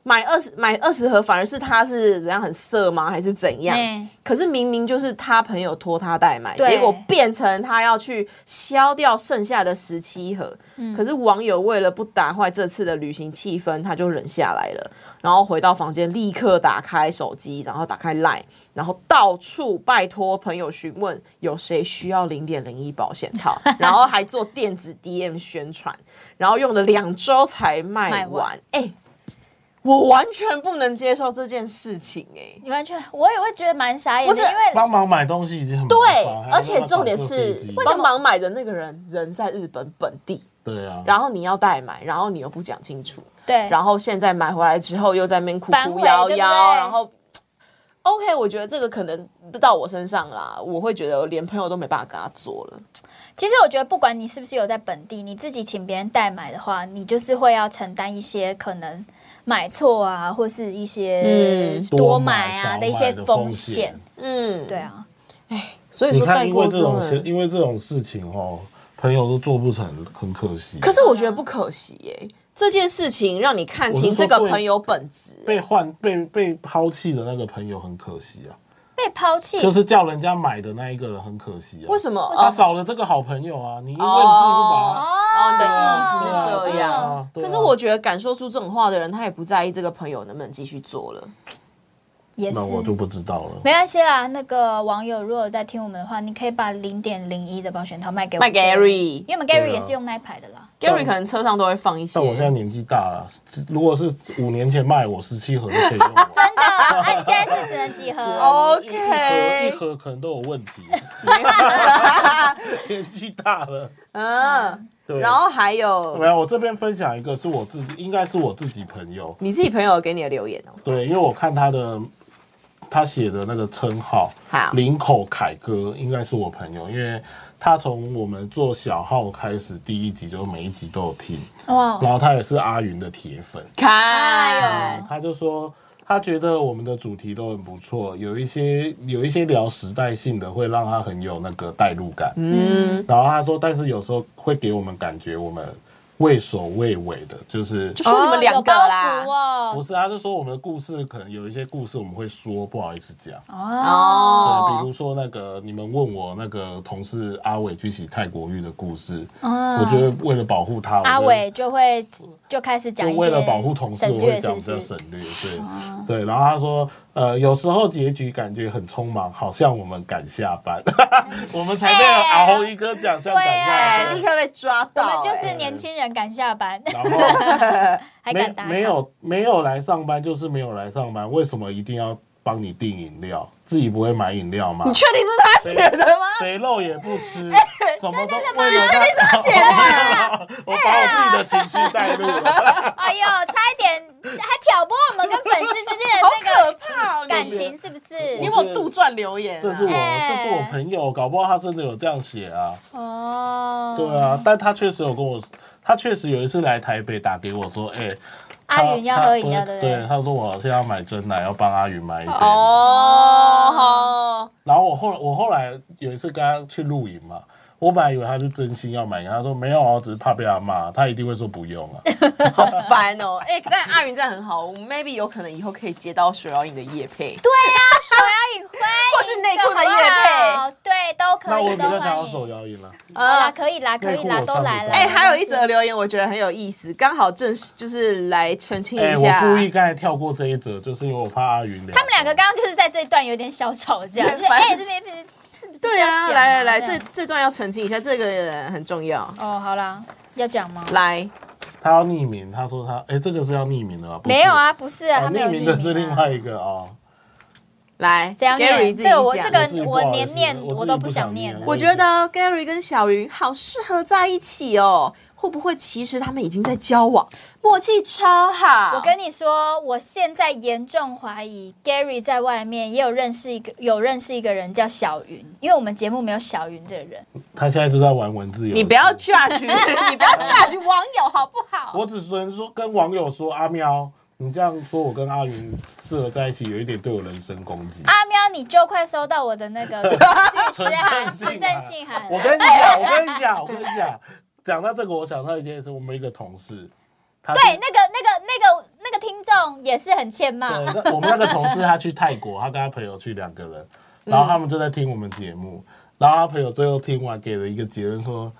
买二十买二十盒，反而是他是怎样很色吗？还是怎样？嗯可是明明就是他朋友托他代买，对结果变成他要去消掉剩下的十七盒。嗯可是网友为了不打坏这次的旅行气氛，他就忍下来了。然后回到房间，立刻打开手机，然后打开 Line，然后到处拜托朋友询问有谁需要零点零一保险 *laughs* 套，然后还做电子 DM 宣传，然后用了两周才卖卖完完。哎、我完全不能接受这件事情哎、你完全，我也会觉得蛮傻眼的，不是因为帮忙买东西已经很对对，而且重点是为什帮么忙买的那个人人在日本本地，对啊，然后你要代买，然后你又不讲清楚，对，然后现在买回来之后又在那边哭反哭悔摇对不摇，对然后 OK，我觉得这个可能到我身上啦，我会觉得连朋友都没办法跟他做了。其实我觉得，不管你是不是有在本地，你自己请别人代买的话，你就是会要承担一些可能买错啊，或是一些嗯多买啊多买一些少买的风风险险。嗯，对，啊，所以你说看，代因为购这真种事，的，因为这种事情哦，朋友都做不成，很可惜。可是我啊觉得不可惜耶、这件事情让你看我清是这说个对朋友本质、被换被被抛弃的那个朋友很可惜啊，被抛弃，就是叫人家买的那一个人很可惜嗯啊。为什么？他哦少了这个好朋友啊？你因为你自己不把他哦哦你的意对思啊是这对样。啊对啊可是我觉得敢说出这种话的人，他也不在意这个朋友能不能继续做了。也是那。我就不知道了。没关系啦，那个网友如果有在听我们的话，你可以把零点零一的保险套卖给我卖们 Gary 因为我们对 Gary 啊也是用那一排的啦。 Gary 可能车上都会放一些 *laughs* 但。我现在年纪大了，如果是五年前卖我十七盒就可以用了，啊真的，哎，你现在是只能几盒哦？ OK 一盒一盒可能都有问 *laughs* 题，年纪大了。嗯，对然后还没有有，我这边分享一个是我自己，应该是我自己朋友，你自己朋友给你的留言哦。对，因为我看他的他写的那个称号好，林口凯哥应该是我朋友，因为他从我们做小号开始，第一集就每一集都有听，哇，然后他也是阿云的铁粉，哎看呦，他就说。他觉得我们的主题都很不错，有一些有一些聊时代性的，会让他很有那个代入感。嗯，然后他说，但是有时候会给我们感觉我们畏首畏尾的，就是就说你们两个啦有包。袱不哦，是，他就说我们的故事可能有一些故事我们会说，不好意思讲。对，比哦如，说那个你们问我那个同事阿伟去洗泰国浴的故事，我我觉得为了保护他，我嗯阿就伟就会就开始就讲一些为了保护同事，省我会略，讲是比较不省是？哦略。对对，然后他说，呃，有时候结局感觉很匆忙，好像我们赶下班，哎 *laughs* 我们才被熬一个奖项赶下哎，班立。刻被抓我到们哎，就是年轻人赶下班，然后还敢没打卡没有没有来上班就是没有来上班，为什么一定要帮你订饮料？自己不会买饮料吗你？确定是他写的吗？肥肉也不 *laughs* 吃，哎什么都吗为了他他写的， *laughs* 我把我自己的情绪带入了。啊哎呦，差一点还挑拨我们跟粉丝之间的好 *laughs* 那可怕哦！个你感情，是不是？你有没有杜撰留言啊？这是我，这哎是我朋友，搞不好他真的有这样写啊。哦，对，啊，但他确实有跟我，他确实有一次来台北打给我说，哎，他阿云要喝饮料他对不对对？他说我好像要买真奶，要帮阿云买一杯。哦，然后我后来我后来有一次跟他去露营嘛，我本来以为他是真心要买，他说没有啊，我只是怕被他骂，他一定会说不用 *laughs* 啊。好烦哦！哎，但阿云这样很好我，maybe 有可能以后可以接到水妖影的叶配，对，啊手摇饮欢迎，或是内裤的业配，配，对，都可那我以，比都较想要欢手迎。摇饮了，好啦，啊。可以啦，可以啦，内裤我都来穿了。不到哎，还有一则留言，我觉得很有意思，刚好正是就是来澄清哎，一我下。故意刚才跳过这一则，就是因为我怕阿云聊。他们两个刚刚就是在这一段有点小 *laughs* 吵架，对就是反哎，这边是是不是对要啊，讲来来来，样这这段要澄清一下，这个很重要。哦，好啦，要讲吗？来，他要匿名，他说他哎，这个是要匿名的吗？不是没有，啊，不是啊，哦他没有匿名的是啊另外一个哦。来谁要念，Gary 自己这个我讲这个自己我不好意连思念我自我己都不不想想念念了我觉得 Gary 跟小云好适合在一起哦，会不会其实他们已经在交往，默契超好？我跟你说，我现在严重怀疑 Gary 在外面也有认识一个有认识一个人叫小云，因为我们节目没有小云这个人。他现在就在玩文字游戏。你不要 judge，你 *laughs* 不要 judge 网友好不好？我只能说跟网友说，阿喵，你这样说我跟阿云适合在一起，有一点对我人身攻击。阿喵，你就快收到我的那 *laughs* 个律师函、纯存正证信信函我跟你讲，我跟你讲，我跟你讲，讲到这个，我想到一件事，我们一个同事，他对，那个、那个、那个、那个听众也是很欠 *laughs* 骂。对，那我们那个同事他去泰国，他跟他朋友去两个人，然后他们就在听我们节目，然后他朋友最后听完给了一个结论说。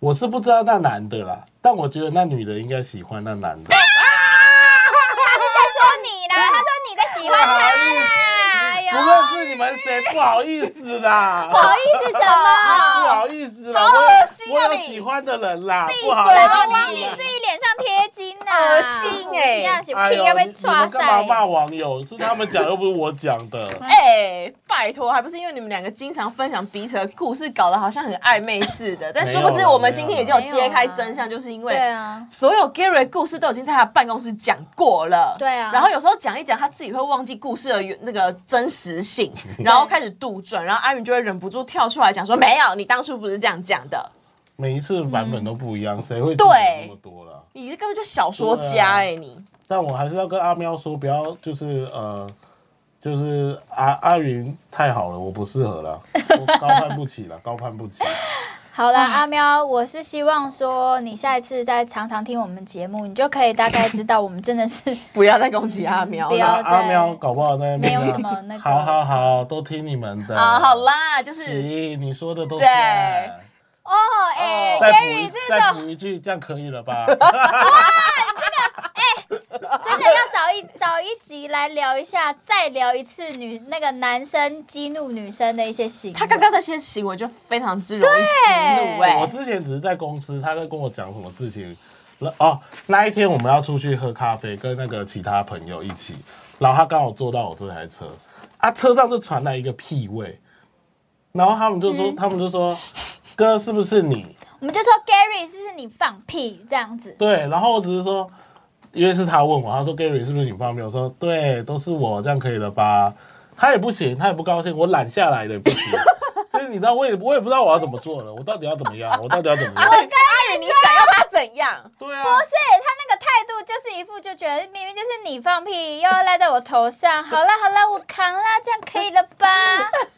我是不知道那男的啦，但我觉得那女的应该喜欢那男的。他是在说你啦，他说你在喜欢他啦。哎呦，不认识你们谁，不好意思啦。不好意思什 *laughs* 么？不好意思啦，好我有恶心啊我有你喜欢的人啦，闭不好嘴意啊往思你啦自。己脸上贴金呐、恶心欸这样写哎屁呦，要被你你抓们干嘛骂塞。网友？是他们讲，又不是我讲的。哎、拜托，还不是因为你们两个经常分享彼此的故事，搞得好像很暧昧似的。但殊不没啊知，有啦我们今天已经有揭开真没有啦相，就是因对为啊，所有 Gary 的故事都已经在他的办公室讲过了。对啊然后有时候讲一讲，他自己会忘记故事的原那个真实 *laughs* 性，然后开始杜撰，然后阿云就会忍不住跳出来讲说：“没有，你当初不是这样讲的，每一次版本都不一样，谁会记对得那么多啦？你这根本就小说家哎、你。”但我还是要跟阿喵说，不要就是呃，就是阿阿云太好了，我不适合了，我高攀不 *laughs* 起了，高攀不起。好啦，阿喵，我是希望说你下一次再常常听我们节目，你就可以大概知道我们真 *laughs* 的是不要再攻击阿喵不了要阿再阿喵搞不好在那边啊没有什么那个好好好，都听你们的啊！好，啦，就是行，你说的都是啊对。哦，哎、再 g a 补 r y 一这再种补一句，这样可以了 *laughs* 吧？真的要找一找一集来聊一下，再聊一次女那个男生激怒女生的一些行为。他刚刚那些行为就非常之容易激怒哎、我之前只是在公司，他在跟我讲什么事情，哦，那一天我们要出去喝咖啡，跟那个其他朋友一起，然后他刚好坐到我这台车，啊，车上就传来一个屁味，然后他们就嗯说，他们就说，哥是不是你？我们就说 Gary 是不是你放屁这样子？对，然后我只是说，因为是他问我，他说 Gary 是不是你放屁？我说对，都是我，这样可以了吧？他也不行，他也不高兴，我懒下来的也不行。 *laughs* 就是你知道，我也我也不知道我要怎么做了，我到底要怎么样？我到底要怎么样？阿宇，你想要他怎样？对啊，不是，他那个态度就是一副就觉得明明就是你放屁，又要赖在我头上。好啦好啦，我扛啦，这样可以了吧？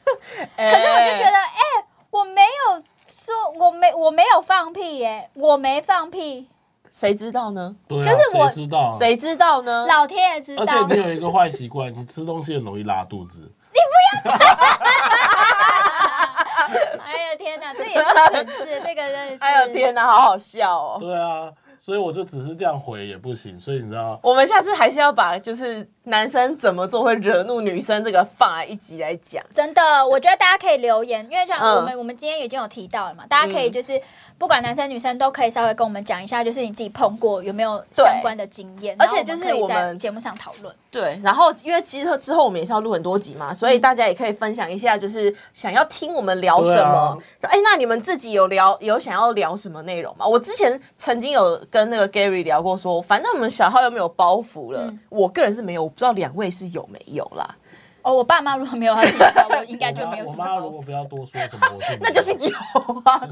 可可是我就觉得，哎、我没有说，我没我没有放屁耶、我没放屁，谁知道呢？对啊，就是我谁知道啊？谁知道呢？老天爷知而道且。你有一个坏习惯，你吃东西很容易拉肚子。哎呀天哪，这也是蠢事，这个真的是。 *laughs* 哎呦天哪，好好笑哦！对啊，所以我就只是这样回也不行，所以你知道，我们下次还是要把就是男生怎么做会惹怒女生这个放来一集来讲。真的，我觉得大家可以留言，因为像嗯我们、我们今天已经有提到了嘛，大家可以就是、不管男生女生都可以稍微跟我们讲一下，就是你自己碰过有没有对相关的经验，而然后且就是可以我在们节目上讨论。对，然后因为其实之后我们也是要录很多集嘛，所以大家也可以分享一下，就是想要听我们聊什么。哎、那你们自己有聊有想要聊什么内容吗？我之前曾经有跟那个 Gary 聊过说反正我们小号又没有包袱了，嗯我个人是没有，我不知道两位是有没有啦，哦，我爸妈如果没有要听的话，我应该就我妈没有我什么妈包如果袱。不要多说什么，我就 *laughs* 那就是有 *laughs* 啊。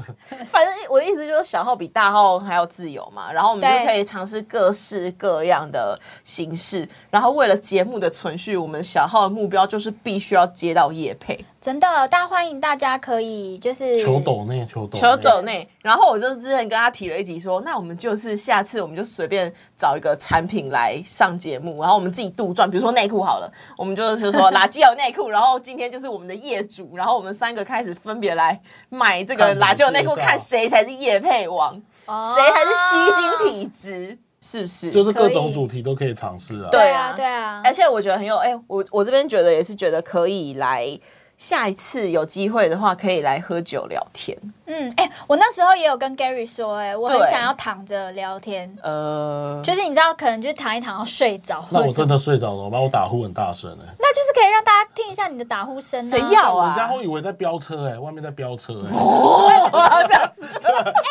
反正我的意思就是小号比大号还要自由嘛，然后我们对就可以尝试各式各样的形式。然后为了节目的存续，我们小号的目标就是必须要接到业配。真的，大家欢迎大家可以就是求抖那求抖求抖内。然后我就之前跟他提了一集说，那我们就是下次我们就随便找一个产品来上节目，然后我们自己杜撰，比如说内裤好了，我们就就说垃圾有内裤，然后今天就是我们的业主，然后我们三个开始分别来买这个看垃圾有内裤，介绍看谁才是业配王，哦谁才是吸金体质，是不是？就是各可种以主题都可以尝试啊。对对啊，啊对啊而，且我觉得很有哎、我我这边觉得也是觉得可以来。下一次有机会的话，可以来喝酒聊天。嗯，哎、我那时候也有跟 Gary 说、哎，我很对想要躺着聊天，呃， *laughs* 就是你知道，可能就是躺一躺要睡着，那我或者什真么的睡着怎么办？我打呼很大声哎、那就是可以让大家听一下你的打呼声、啊。谁要啊人家会以为在飙车 *laughs* 哎、外面在飙车哎、哦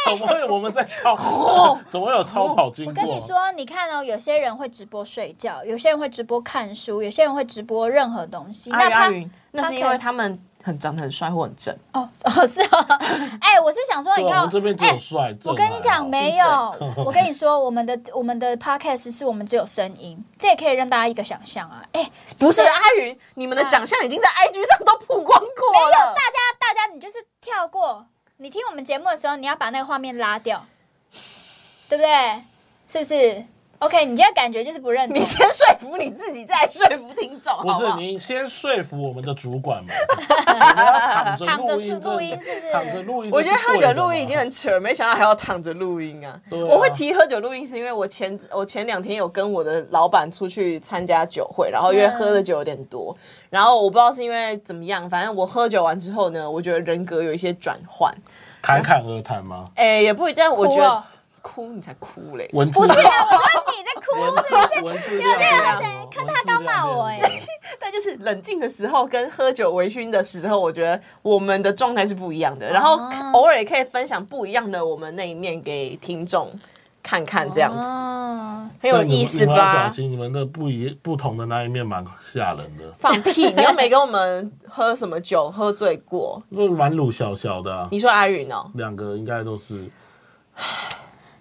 怎么会我们在超？ *laughs* 怎么会有超跑经哦我过？跟你说，你看哦，有些人会直播睡觉，有些人会直播看书，有些人会直播任何东西。阿那云阿他云，那是因为他们很长得很帅或很正。哦 *laughs* 哦是 *laughs* 哦，哎、我是想说，对你啊，看我哦们这边只哎有帅、正啊我跟你讲，还好没有。我跟你说，我们的我们的 podcast 是我们只有声音，这也可以让大家一个想象啊。哎、不是谁阿云，你们的长相已经在 IG 上都曝光没过有了大。家大家，你就是跳过。你听我们节目的时候，你要把那个画面拉掉，对不对？是不是？OK，你这个感觉就是不认同你。先说服你自己，再来说服听众，不好是好？你先说服我们的主管 *laughs* 们，我们要躺着躺着录是音，录音是不是躺着录音。我觉得喝酒录音已经，很扯，没想到还要躺着录音啊！对啊我会提喝酒录音，是因为我前我前两天有跟我的老板出去参加酒会，然后因为嗯喝的酒有点多，然后我不知道是因为怎么样，反正我喝酒完之后呢，我觉得人格有一些转换，侃侃而谈吗？哎，也不一定，但我觉哭得哦哭你才哭嘞，文字不是啊，我说你在 *laughs* 哭是不是？啊文字量变多，看文他字刚量骂变我多哎但就是冷静的时候跟喝酒微醺的时候，我觉得我们的状态是不一样的。然后哦偶尔也可以分享不一样的我们那一面给听众看看，这样子、哦，很有意思你们要小吧？心，你们的不一不同的那一面蛮吓人的，放屁！你又没跟我们喝什么酒，喝醉过。那蛮鲁小小的啊，你说阿云哦，两个应该都是。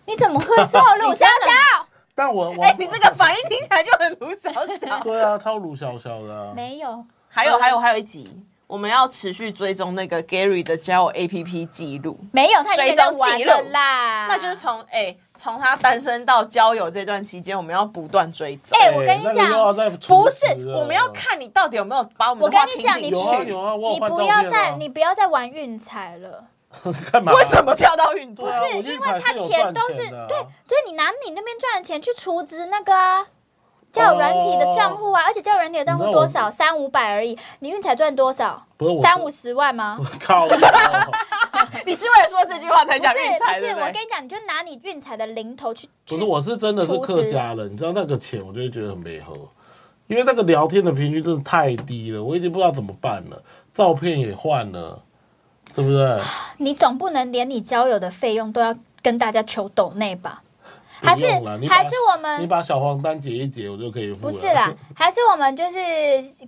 你怎么会 *laughs* 错路？小小但我我哎、你这个反应听起来就很鲁小 *laughs* 小。对啊，超鲁小小的啊，没有，还有还有还有一集，我们要持续追踪那个 Gary 的交友 APP 记录。没有，他已经在玩了啦。那就是从哎从他单身到交友这段期间，我们要不断追踪。哎我跟你那个讲又要再处不是置，了我们要看你到底有没有把我们我的跟话你听讲，进你去。有啊有啊我有你换不照要片再啊你不要再玩运彩了。 *laughs* 干嘛？为什么跳到运动对？啊？是我因运为彩他是有钱赚都是钱的啊对，所以你拿你那边赚的钱去储值那个哦啊，交友软体的账户啊，而且交友软体的账户多少？三五百而已，你运彩赚多少不是我？ *laughs* *laughs* 三五十万吗？靠！你是为了说这句话才不是讲运不彩，是，对我对？跟你讲，你就拿你运彩的零头去不去是，我是真的是客家人，你知道那个钱，我就会觉得很没喝，因为那个聊天的频率真的太低了，我已经不知道怎么办了，照片也换了，对不对？你总不能连你交友的费用都要跟大家求抖内吧？还是不用啦啊你把还是我你们把小黄单解一解，我就可以付不了。是啦， *laughs* 还是我们就是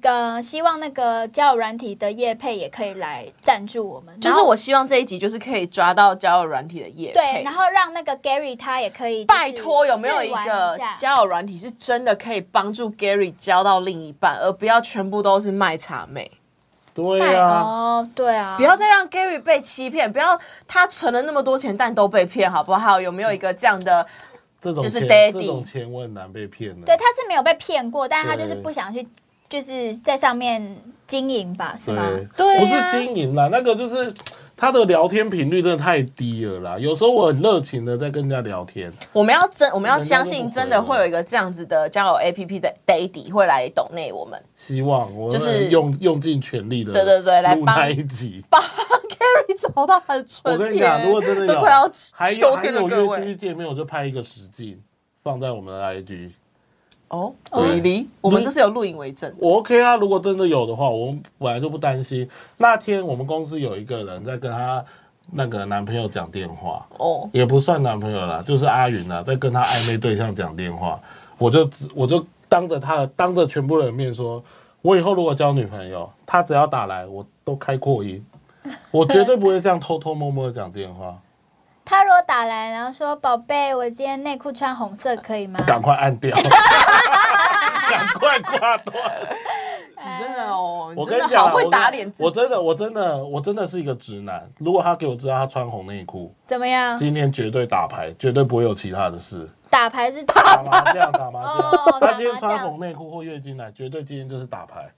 呃，希望那个交友软体的业配也可以来赞助我们，就是然后我希望这一集就是可以抓到交友软体的业对，配然。后让那个 Gary 他也可以就是拜托，有没有一试玩个下交友软体是真的可以帮助 Gary 交到另一半，而不要全部都是卖茶妹？ *laughs* 对拜呀、哦，对啊，不要再让 Gary 被欺骗，不要他存了那么多钱但都被骗，好不好？有没有一个这样的？这种就是钱 daddy 这种钱我很难被骗的。对，他是没有被骗过，但是他就是对不想去，就是在上面经营吧，是吗？啊对不呀是经营啦，那个就是他的聊天频率真的太低了啦。有时候我很热情的在跟人家聊天，我们要真，我们要人家相都信不真回的了会有一个这样子的交友 APP 的 Daddy 会来抖内我们，希望我就是能用用尽全力的，对对对来帮那 *laughs* 一集。帮 Gary 找到他的春我天。跟你讲，如果真的都快要有，还有秋还天的有各约出位去见面，我就拍一个实景放在我们的 IG。哦，对嗯李黎，我们这是有录影为证的。我 OK 啊，如果真的有的话，我们本来就不担心。那天我们公司有一个人在跟她那个男朋友讲电话，哦，也不算男朋友啦，就是阿云啊啦，在跟她暧昧对象讲电话，我就只我就当着她的当着全部人的面说，我以后如果交女朋友，她只要打来，我都开扩音，我绝对不会这样偷偷摸摸的讲电话，他如果打来，然后说：“宝贝，我今天内裤穿红色，可以吗？”赶快按掉，赶快挂断。哎你真的哦，我真跟你的讲好啊，会我打跟脸自己。我真的，我真的，我真的是一个直男。如果他给我知道他穿红内裤，怎么样？今天绝对打牌，绝对不会有其他的事。打牌是打麻将，打麻哦将。他今天打麻穿将红内裤或月经来，绝对今天就是打牌。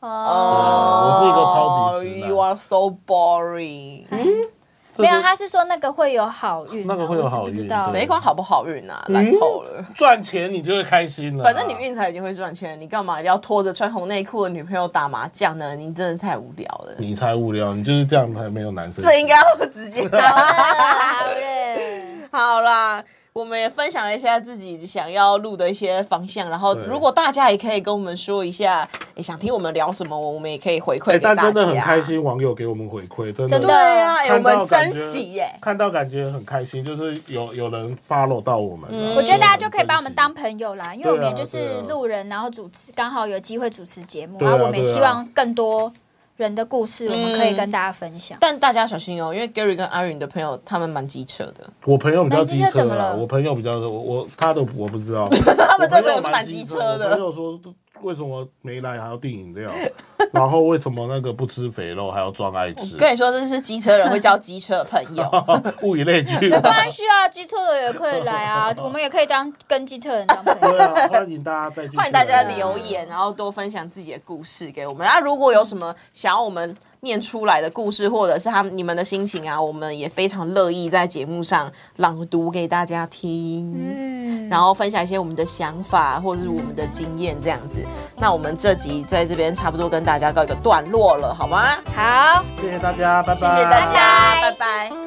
啊哦，我是一个超级直男 You are so boring。这没有，就他是说那个会有好运啊，那个会有好运我是不知道对谁管好不好运啊？烂透了。赚钱你就会开心了啦。反正你运彩已经会赚钱，你干嘛一定要拖着穿红内裤的女朋友打麻将呢？你真的太无聊了。你才无聊，你就是这样才没有男生。这应该要直 *laughs* 接好了打。好啊了，好啦，我们也分享了一下自己想要录的一些方向，然后对如果大家也可以跟我们说一下，你想听我们聊什么，我们也可以回馈哎给大但家。真的很开。心，网友给我们回馈，真真对的。啊，哎我看到们感珍觉惜耶。看到感觉很开心，就是有有人 follow 到我们啊，嗯我觉得大家很就可以把我们珍惜当朋友啦，因为我们也就对是啊对啊路人，然后主持刚好有机会主持节目，对然啊后我们也对啊希望更多人的故事，我们可以跟大家分享。但大家小心哦，因为 Gary 跟阿云的朋友他们蛮机车的，我朋友比较机蛮机车车怎么啦，了我朋友比较我我他的我不知道，他他们对朋友是蛮机车我的朋。友说为什么没来还要订饮料， *laughs* 然后为什么那个不吃肥肉还要装爱吃， *laughs* 哦跟你说，这是机车人会 *laughs* 交机车的朋友。物以类聚没嘛。关系啊，机车的也可以来啊， *laughs* 我们也可以当跟机车人当朋友。对啊，欢迎大家再去啊欢迎大家啊留言，。然后多分享自己的故事给我们。那如果有什么想要我们念出来的故事，或者是他们你们的心情啊，我们也非常乐意在节目上朗读给大家听。嗯，然后分享一些我们的想法或者是我们的经验这样子，那我们这集在这边差不多跟大家告一个段落了，好吗？好。谢谢大家，拜拜。谢谢大家，拜拜拜拜